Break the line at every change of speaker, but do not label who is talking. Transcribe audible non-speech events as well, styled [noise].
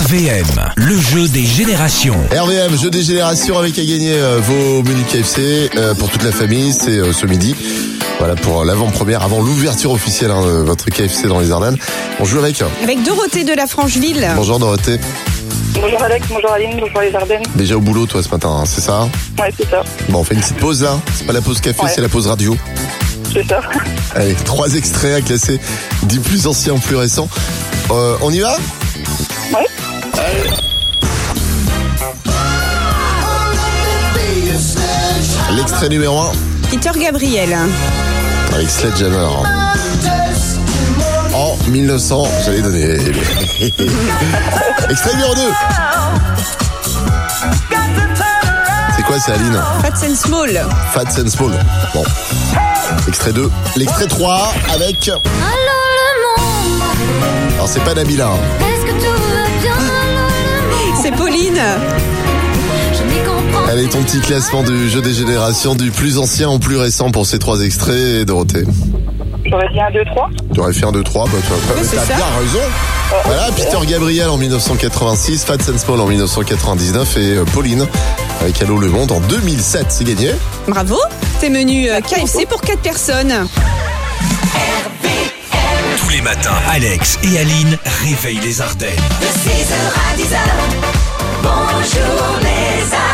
RVM, le jeu des générations.
RVM, jeu des générations avec à gagner euh, vos menus KFC euh, pour toute la famille, c'est euh, ce midi. Voilà pour euh, l'avant-première, avant l'ouverture officielle hein, de votre KFC dans les Ardennes. On joue avec.
Ah.
Avec Dorothée de la Francheville.
Bonjour Dorothée.
Bonjour Alex, bonjour Aline, bonjour les Ardennes.
Déjà au boulot toi ce matin, hein, c'est ça
Ouais, c'est ça,
Bon, on fait une petite pause là. C'est pas la pause café,
Ouais.
c'est la pause radio.
c'est ça.
Allez, trois extraits à classer du plus ancien au plus récent. Euh, on y va
Ouais.
L'extrait numéro 1
Peter Gabriel.
avec Sledgehammer. En 1900, j'allais donner. [laughs] Extrait numéro 2 C'est quoi, c'est Aline
Fats and Small.
Fat and Small. Bon. Extrait 2. L'extrait 3 avec.
Allô le monde,
Alors, c'est pas Nabila. hein.
est-ce que tout va bien Allô le monde,
C'est Pauline.
je n'y comprends
Allez, ton petit classement du jeu des générations, du plus ancien au plus récent pour ces trois extraits, Dorothée.
J'aurais dit un, deux, trois.
Tu aurais fait un, deux, trois, bah, tu as-
Oui, c'est
t'as
ça. Oh.
bien raison. Voilà, Peter Gabriel en 1986, Fats and Small en 1999 et euh, Pauline avec Hello Le Monde en 2007, c'est gagné.
Bravo. Tes menus euh, KFC pour 4 personnes.
Tous les matins, Alex et Aline réveillent les Ardennes.
De 6h à 10h, bonjour les Ardennes.